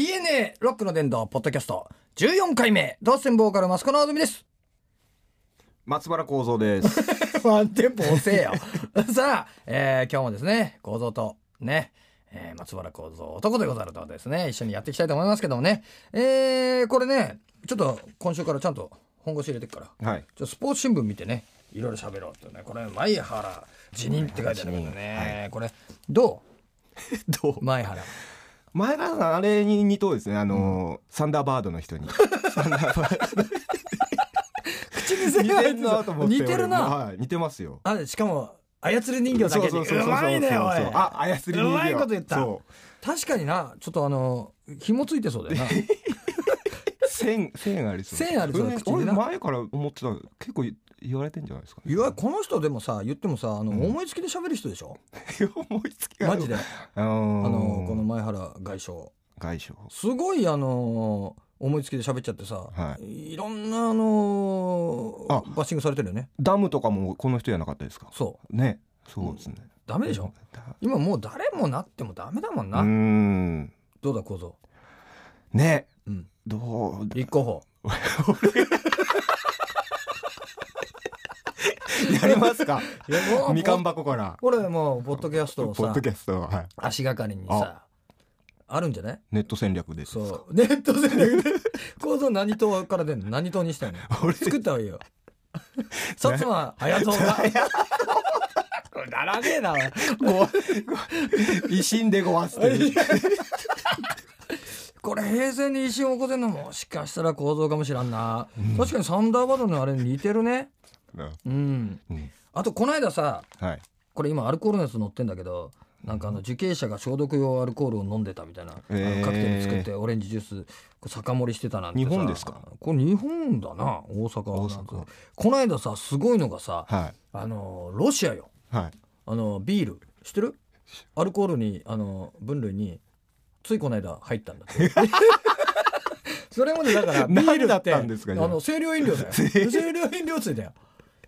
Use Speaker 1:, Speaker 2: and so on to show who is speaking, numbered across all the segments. Speaker 1: DNA ロックの伝道ポッドキャスト14回目ドッセンボーカルマスコのあずみです
Speaker 2: 松原幸三です。
Speaker 1: ワンテンポ遅せよ さあ、えー今日もですね構造とね、えー松原構造男でござるとですね一緒にやっていきたいと思いますけどもねえーこれねちょっと今週からちゃんと本腰入れてっから
Speaker 2: はい。
Speaker 1: ちょっとスポーツ新聞見てねいろいろ喋ろうってねこれ前原辞任って書いてあるけどね、これど
Speaker 2: どう
Speaker 1: う前原
Speaker 2: 前川さん、あれに似とうですね。あのー、サンダーバードの人に。サンダーバード。
Speaker 1: 口癖
Speaker 2: 似てるなと思って。
Speaker 1: 似てるな、
Speaker 2: 俺もはい。似てますよ。
Speaker 1: あしかも操り人形だけにうまいねおい
Speaker 2: あ、操り人形
Speaker 1: うまいこと言った
Speaker 2: そう。
Speaker 1: 確かになちょっとあの紐ついてそうだよ な
Speaker 2: 線、線ありそう。
Speaker 1: 線ありそう
Speaker 2: これ
Speaker 1: 口にな
Speaker 2: 俺、前から思ってた結構言われてんじゃないですか ね。
Speaker 1: いやこの人でもさ言ってもさあの、
Speaker 2: うん
Speaker 1: 思いつきで喋る人でしょ
Speaker 2: 思いつきが。
Speaker 1: マジで。あ
Speaker 2: あの
Speaker 1: のこの
Speaker 2: ー、
Speaker 1: 前原外相
Speaker 2: 外傷。
Speaker 1: すごいあの思いつきで喋っちゃってさ、、
Speaker 2: はい
Speaker 1: ろんなあの
Speaker 2: あ
Speaker 1: バッシングされてるよね
Speaker 2: ダムとかもこの人じゃなかったですか
Speaker 1: そう
Speaker 2: ね。そうですね。
Speaker 1: ダメでしょ
Speaker 2: だ
Speaker 1: 今もう誰もなってもダメだもん
Speaker 2: う
Speaker 1: な、
Speaker 2: ーん。
Speaker 1: どうだ構造
Speaker 2: ね。
Speaker 1: うん
Speaker 2: どう
Speaker 1: 立候補
Speaker 2: やりますか
Speaker 1: いや もう
Speaker 2: みかん箱から。
Speaker 1: これもうポッドキャストを
Speaker 2: ポッ
Speaker 1: さ
Speaker 2: ドキャストは、はい、
Speaker 1: 足がかりにさあるんじゃない
Speaker 2: ネット戦略です。
Speaker 1: そう ネット戦略で構造何党から出んの何党にしたいの
Speaker 2: 俺
Speaker 1: 作った方がい いよ薩摩綾党 がこれならねえなおい
Speaker 2: ご維新でごわすっていう。
Speaker 1: これ平成に維新を起こせんのもしかしたら構造かもしらんな、確かにサンダーバードのあれ似てるねうん
Speaker 2: うん
Speaker 1: あとこの間さ
Speaker 2: はい。
Speaker 1: これ今アルコールのやつ乗ってんだけどなんかあの受刑者が消毒用アルコールを飲んでたみたいな、あの
Speaker 2: えー
Speaker 1: カクテル作ってオレンジジュースこう酒盛りしてたなんてさ
Speaker 2: 日本ですか
Speaker 1: これ日本だな大阪は
Speaker 2: 大
Speaker 1: なん
Speaker 2: 阪
Speaker 1: かこの間さすごいのがさ
Speaker 2: は
Speaker 1: あのロシアよ
Speaker 2: い。はい。
Speaker 1: あのビール知ってるアルコールにあの分類についこの間入ったんだ ってそれまでだからビール
Speaker 2: 何だ
Speaker 1: っ
Speaker 2: ってたんですかじゃあ
Speaker 1: あの清涼飲料だよ 清涼飲料水だよ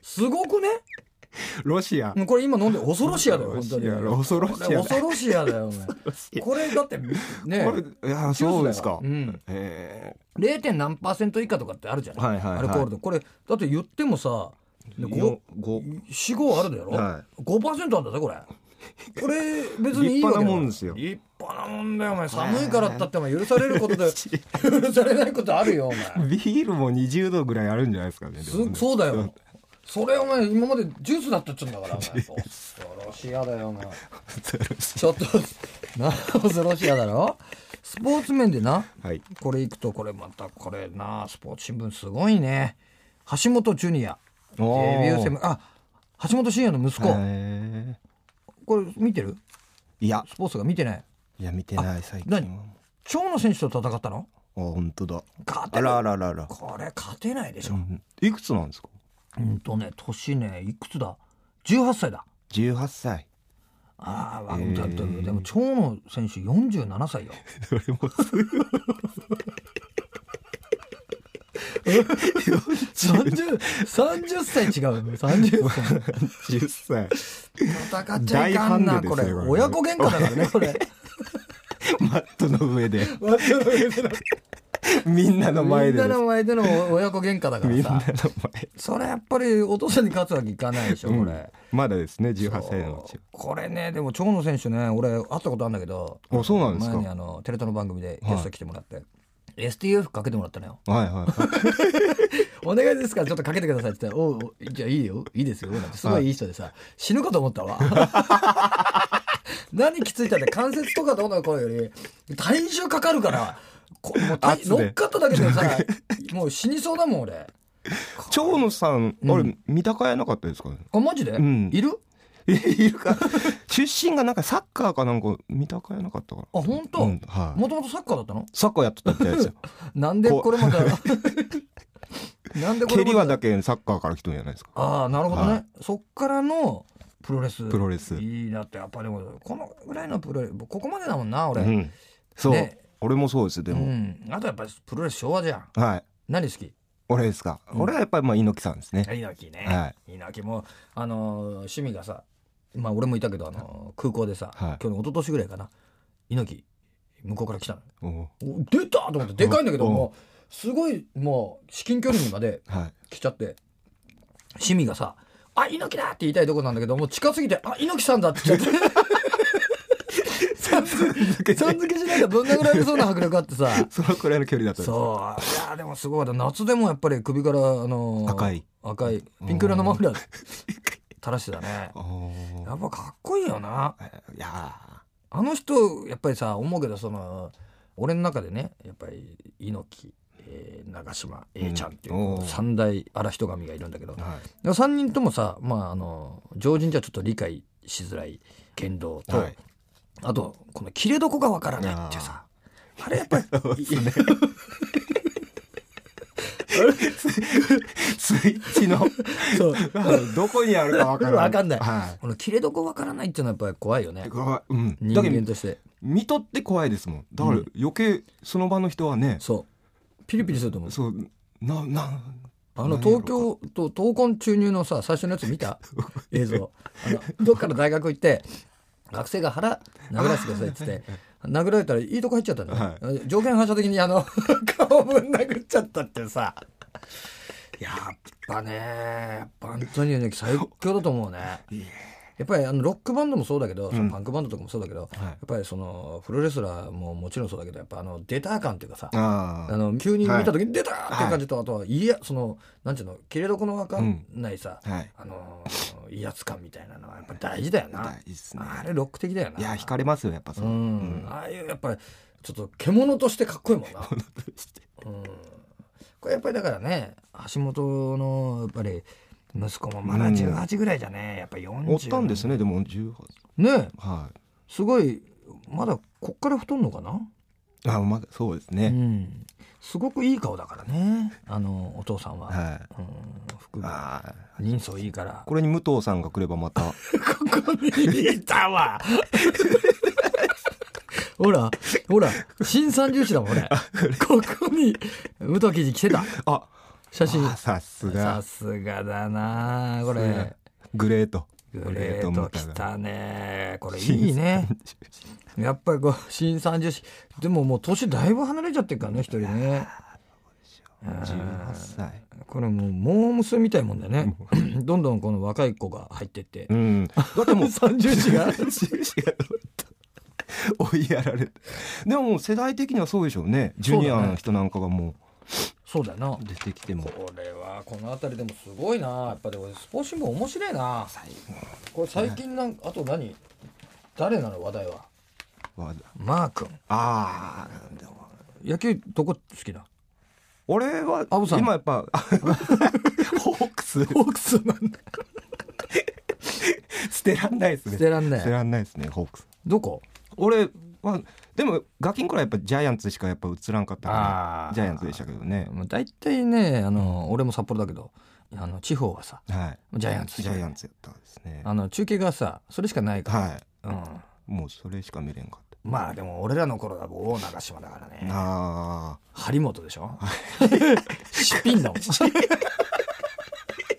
Speaker 1: すごくね
Speaker 2: ロシア。
Speaker 1: もうこれ今飲んで恐ろしやだよ、本当に。
Speaker 2: 恐ろしやだ
Speaker 1: 恐ろしやだよ、お前これだって、ね
Speaker 2: これいや、そうですか。
Speaker 1: うん
Speaker 2: え
Speaker 1: 0. 何パーセント以下とかってあるじゃない,、
Speaker 2: はいはいはい
Speaker 1: アルコールで。これ、だって言ってもさ、
Speaker 2: え
Speaker 1: ねご
Speaker 2: ご
Speaker 1: 4、5あるだろ、
Speaker 2: は
Speaker 1: 5%あるんだぜ、これ。これ、別にいいわけだから
Speaker 2: 立派なもんですよ
Speaker 1: 立派なもんだよ、お前。寒いからったって、お前、許されることで、許されないことあるよ、お前。
Speaker 2: ビールも20度ぐらいあるんじゃないですかね。ですもね
Speaker 1: そうだよ。それお前今までジュースだったっちゅうんだからお前恐ろしやだよお前
Speaker 2: 恐ろし。
Speaker 1: ちょっとな恐ろしやだろスポーツ面でない
Speaker 2: はい。
Speaker 1: これいくとこれまたこれなスポーツ新聞すごいね橋本ジュニアデビ
Speaker 2: おー
Speaker 1: ュー戦あ橋本真也の息子、
Speaker 2: へ
Speaker 1: これ見てる
Speaker 2: えいや、
Speaker 1: スポーツが見てない
Speaker 2: いや、見てない、最近
Speaker 1: 何
Speaker 2: は。
Speaker 1: 長野選手と戦ったの
Speaker 2: あ、本当だ。
Speaker 1: 勝て
Speaker 2: あ
Speaker 1: る
Speaker 2: らあらあらあら。
Speaker 1: これ勝てないでし
Speaker 2: う
Speaker 1: ょ
Speaker 2: んいくつなんですか
Speaker 1: うんとね年ねいくつだ18歳だ
Speaker 2: ?18 歳。
Speaker 1: ああ、
Speaker 2: えー
Speaker 1: だってでも長野選手47歳よ。
Speaker 2: それも
Speaker 1: 30、30歳違うよ。30歳。
Speaker 2: 10歳。
Speaker 1: 戦っちゃいかんな、
Speaker 2: 大ハンデです
Speaker 1: これ。
Speaker 2: よこれ
Speaker 1: 親子喧嘩だからね、こ れ。
Speaker 2: マットの上で。みんなの前
Speaker 1: みん
Speaker 2: で
Speaker 1: な
Speaker 2: です。
Speaker 1: の前での親子喧嘩だか
Speaker 2: み
Speaker 1: ら
Speaker 2: んなの
Speaker 1: さ。
Speaker 2: 前。
Speaker 1: それやっぱりお父さんに勝つわけいかないでしょ、こ
Speaker 2: うん
Speaker 1: れ。
Speaker 2: まだですね、18歳のうち
Speaker 1: そう。これね、でも長野選手ね、俺会ったことあるんだけど、
Speaker 2: あそうなんですか
Speaker 1: 前にあの、テレ東の番組でゲスト来てもらって、STF かけてもらったのよ。
Speaker 2: はいはい。
Speaker 1: お願いですからちょっとかけてくださいって言ったら「おうおうじゃあいいよいいですよ」なんてすごいいい人でさ、死ぬかと思ったわ 何きついったって関節とかどうのこうのより体重かかるからこもう体
Speaker 2: 圧で
Speaker 1: 乗っかっただけ でさもう死にそうだもん俺
Speaker 2: 蝶野さん、あれ、見たかえなかったですかね
Speaker 1: あマジで、
Speaker 2: ん
Speaker 1: いる
Speaker 2: いるか。出身がなんかサッカーかなんか見たかえなかったから。
Speaker 1: あ本当
Speaker 2: うんはい
Speaker 1: もともとサッカーだったの
Speaker 2: サッカーやってたみた いですよ。
Speaker 1: なんで
Speaker 2: こう
Speaker 1: これ またなんでこれ
Speaker 2: 蹴り
Speaker 1: ま
Speaker 2: は
Speaker 1: た
Speaker 2: だけサッカーから来たんじゃないですか。
Speaker 1: ああなるほどね、
Speaker 2: は
Speaker 1: そっからのプロレス
Speaker 2: プロレス
Speaker 1: いいなってやっぱでもこのぐらいのプロレスここまでだもんな俺、
Speaker 2: うん。そう
Speaker 1: ね。
Speaker 2: 俺もそうです、で
Speaker 1: う
Speaker 2: も。
Speaker 1: ん、あとやっぱりプロレス昭和じゃん
Speaker 2: はい。
Speaker 1: 何好き
Speaker 2: 俺ですか。俺はやっぱりまあ猪木さんですね。
Speaker 1: 猪木ね、
Speaker 2: は
Speaker 1: 猪木もあのー趣味がさまあ俺もいたけど、あのー空港でさ、
Speaker 2: はい
Speaker 1: 去年一昨年ぐらいかな猪木向こうから来たの
Speaker 2: お
Speaker 1: お出たと思ってでかいんだけど
Speaker 2: うん
Speaker 1: もうすごいもう至近距離にまで
Speaker 2: はい
Speaker 1: 来ちゃってシミがさ「あ猪木だ!」って言いたいとこなんだけどもう近すぎて「あ猪木さんだ」って言っち ゃって。さん付けさん付けしないとどんなぐらいのそうな迫力あってさ
Speaker 2: そのくらいの距離だったんです
Speaker 1: そういやでもすごいな夏でもやっぱり首から、あのー
Speaker 2: 赤い
Speaker 1: 赤いピンク色のマフラー垂らしてたね
Speaker 2: おー
Speaker 1: やっぱかっこいいよない
Speaker 2: や
Speaker 1: あの人やっぱりさ思うけどその俺の中でねやっぱり猪木、えー長嶋 A ちゃんっていう、
Speaker 2: うんおー
Speaker 1: 三大荒人神がいるんだけど
Speaker 2: ーは
Speaker 1: 3人ともさまああの常人じゃちょっと理解しづらい剣道
Speaker 2: い
Speaker 1: と、
Speaker 2: はい
Speaker 1: あとこの切れどこがわからないっていうさあれやっ ぱり
Speaker 2: スイッチの
Speaker 1: そう
Speaker 2: どこにあるかわからない
Speaker 1: わかんない
Speaker 2: は
Speaker 1: この切れどこわからないっていうのはやっぱり怖いよね
Speaker 2: い怖いうん
Speaker 1: 人
Speaker 2: だけ
Speaker 1: 間
Speaker 2: ど
Speaker 1: として
Speaker 2: 見とって怖いですもんだから余計その場の人はね
Speaker 1: そうピリピリすると思う
Speaker 2: そうなな
Speaker 1: あの
Speaker 2: 何やろ
Speaker 1: 東京と闘魂注入のさ最初のやつ見た映像あのどっかの大学行って学生が腹殴らせてくださいって言って殴られたらいいとこ入っちゃったんだよ、条件反射的にあの 顔ぶん殴っちゃったっていうさやっぱねやっぱアントニオ猪木最強だと思うね
Speaker 2: いえ
Speaker 1: やっぱりあのロックバンドもそうだけど、そのパンクバンドとかもそうだけど、
Speaker 2: い
Speaker 1: やっぱりそのプロレスラーももちろんそうだけどやっぱあのデター感っていうかさ
Speaker 2: あ
Speaker 1: あ
Speaker 2: あ
Speaker 1: の急に見た時に出たーって感じと、あとはいやそのなんていうの切れどこのわかんないさ、
Speaker 2: はい
Speaker 1: あのー威圧感みたいなのはやっぱ大事だよな
Speaker 2: 大事ですね
Speaker 1: あれロック的だよない
Speaker 2: いや惹かれますよやっぱそうの
Speaker 1: ん、ああいうやっぱりちょっと獣としてかっこいいもんなうん、これやっぱりだからね橋本のやっぱり息子もまだ18ぐらいじゃね、やっぱ40
Speaker 2: おったん ですねでも18
Speaker 1: ね
Speaker 2: は
Speaker 1: すごいまだこっから太んのかな、
Speaker 2: いあまだそうです
Speaker 1: う
Speaker 2: ね
Speaker 1: ん、すごくいい顔だからねあのお父さんは。
Speaker 2: はい
Speaker 1: うん服が
Speaker 2: ああ
Speaker 1: 人相いいから。
Speaker 2: これに武藤さんが来れば また
Speaker 1: ここにいたわ。 ほら、ほら、新三重士だもんね。ここに、武藤記事来てた。
Speaker 2: あ
Speaker 1: 写真。
Speaker 2: あさす
Speaker 1: さ
Speaker 2: が
Speaker 1: すがだなこ
Speaker 2: さす
Speaker 1: れ
Speaker 2: が。グレート
Speaker 1: グレー
Speaker 2: 武
Speaker 1: ト
Speaker 2: 藤
Speaker 1: 来たねこれい
Speaker 2: 新
Speaker 1: いね
Speaker 2: 三。
Speaker 1: やっぱりこう、新三重士。でももう年だいぶ離れちゃってるからね、一人ね。
Speaker 2: 18歳
Speaker 1: これもう、モー娘みたいもんだよね。 どんどんこの若い子が入ってって
Speaker 2: う。んだってもう
Speaker 1: 三重士が。
Speaker 2: 追いやられてでももう世代的にはそうでしょうねジュニアの人なんかがも
Speaker 1: そうだよな
Speaker 2: う。出てきても
Speaker 1: これはこの辺りでもすごいなやっぱでもスポーツ新聞面白いなこれ最近なんあと何誰なの話題は
Speaker 2: わ
Speaker 1: マー君
Speaker 2: ああ
Speaker 1: 野球どこ好きだ
Speaker 2: 俺は
Speaker 1: アブさん
Speaker 2: 今やっぱ ホークス
Speaker 1: ホークスなんだ
Speaker 2: 捨てらんないですね
Speaker 1: 捨てらんない
Speaker 2: 捨てらんないですねホークス
Speaker 1: どこ
Speaker 2: 俺はでもガキンからやっぱジャイアンツしかやっぱ映らんかった
Speaker 1: あ
Speaker 2: か
Speaker 1: ー
Speaker 2: らジャイアンツでしたけどね
Speaker 1: まあ大体ねあの俺も札幌だけどあの地方はさ
Speaker 2: はい
Speaker 1: ジャイアンツ
Speaker 2: ジャイアンツやったんですね
Speaker 1: あの中継がさそれしかないか
Speaker 2: は
Speaker 1: ら、うん
Speaker 2: いもうそれしか見れんかっ
Speaker 1: まあでも俺らの頃はもう大長島だから
Speaker 2: た
Speaker 1: ね
Speaker 2: あ
Speaker 1: 張本でしょシピン だもん
Speaker 2: あ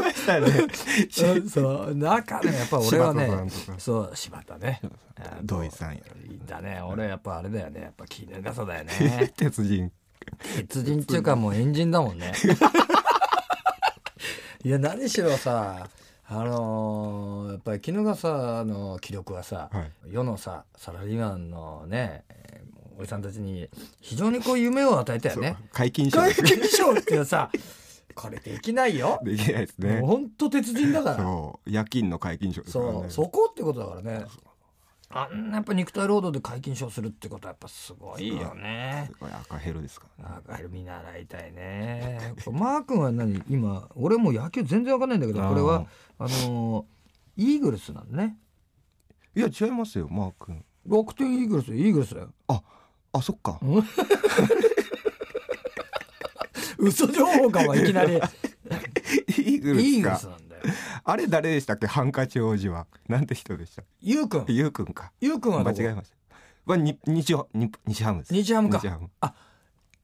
Speaker 2: ましたね
Speaker 1: うんそうなんかねやっぱ俺はね
Speaker 2: 柴田さんとか
Speaker 1: そう柴田ねあの
Speaker 2: 土井さんやろ
Speaker 1: だね俺はやっぱあれだよねやっぱ絹笠だよ ね
Speaker 2: 鉄人
Speaker 1: 鉄人っていうかもう円人だもん ねいや何しろさあのーやっぱり衣笠の気力はさ、
Speaker 2: はい
Speaker 1: 世のさサラリーマンのねえーおじさんたちに非常にこう夢を与えたよね。
Speaker 2: 解禁者
Speaker 1: 解決賞っていうさ これできないよ。
Speaker 2: できないですね
Speaker 1: もうほんと鉄人だから。
Speaker 2: そう夜勤の解禁者ですから
Speaker 1: そ
Speaker 2: ね
Speaker 1: うそこってことだからねあんなやっぱ肉体労働で解禁賞するってことはやっぱすごいよね
Speaker 2: すごい赤ヘルですから
Speaker 1: なんか見習いたいねこれマー君は何今俺もう野球全然わかんないんだけど
Speaker 2: あー
Speaker 1: これはあのーイーグルスなんだね
Speaker 2: いや違いますよマー君
Speaker 1: 楽天イーグルスイーグルスだよ
Speaker 2: ああそっか
Speaker 1: 嘘情報かはいきな り
Speaker 2: イーグル
Speaker 1: イー
Speaker 2: ス
Speaker 1: グル
Speaker 2: か
Speaker 1: スなんだよ
Speaker 2: あれ誰でしたっけハンカチ王子はなんて人でした
Speaker 1: ゆうくん
Speaker 2: ゆうくんか
Speaker 1: ゆうくんは
Speaker 2: 間
Speaker 1: ど
Speaker 2: 違
Speaker 1: こ
Speaker 2: えましたはに日ハム日ハムです
Speaker 1: 日ハムか
Speaker 2: 日ハム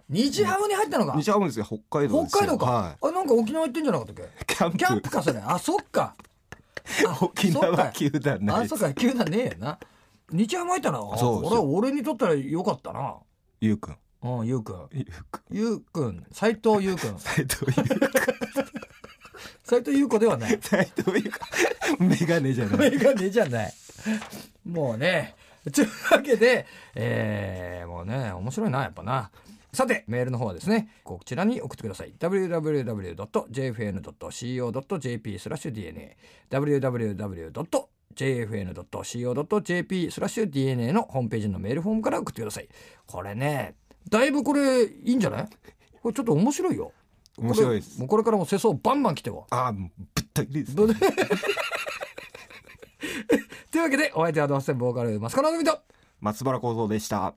Speaker 1: 日ハムに入ったのか
Speaker 2: 日ハムですよ北海道です
Speaker 1: 北
Speaker 2: よ
Speaker 1: 海道か、
Speaker 2: は
Speaker 1: あなんか沖縄行ってんじゃなかったっけ
Speaker 2: いキャンプ
Speaker 1: キャンプかそれあそっかあ
Speaker 2: 沖
Speaker 1: そっ
Speaker 2: 縄
Speaker 1: か
Speaker 2: 球団ない
Speaker 1: あ
Speaker 2: です
Speaker 1: そうか球団ねえよな日ハム入ったな。
Speaker 2: そう
Speaker 1: これは俺にとったらよかったな。
Speaker 2: ゆうくん。
Speaker 1: うん、ゆうくん。
Speaker 2: ゆうくん。
Speaker 1: ゆうくん、斎藤ゆうくん。
Speaker 2: 斎藤ゆうくん。
Speaker 1: 斎藤ゆう子ではない。
Speaker 2: 斎藤ゆうくん。 メガネじゃ
Speaker 1: こ
Speaker 2: な
Speaker 1: れ
Speaker 2: い。
Speaker 1: がねじゃない。もうね。というわけで、えー、もうね、面白いな、やっぱな。さて、メールの方はですね、こちらに送ってください。www.jfn.co.jp スラッシュ DNA www.jfn.co.jp スラッシュ DNA のホームページのメールフォームから送ってください。これね、だいぶこれいいんじゃないこれちょっと面白いよ。
Speaker 2: 面白いで
Speaker 1: これ
Speaker 2: す。
Speaker 1: もうこれからも世相バンバン来てよ。
Speaker 2: あー、ぶった切りです。
Speaker 1: ぶ というわけで、お相手はどうせボーカル、マスカの海と、
Speaker 2: 松原幸三でした。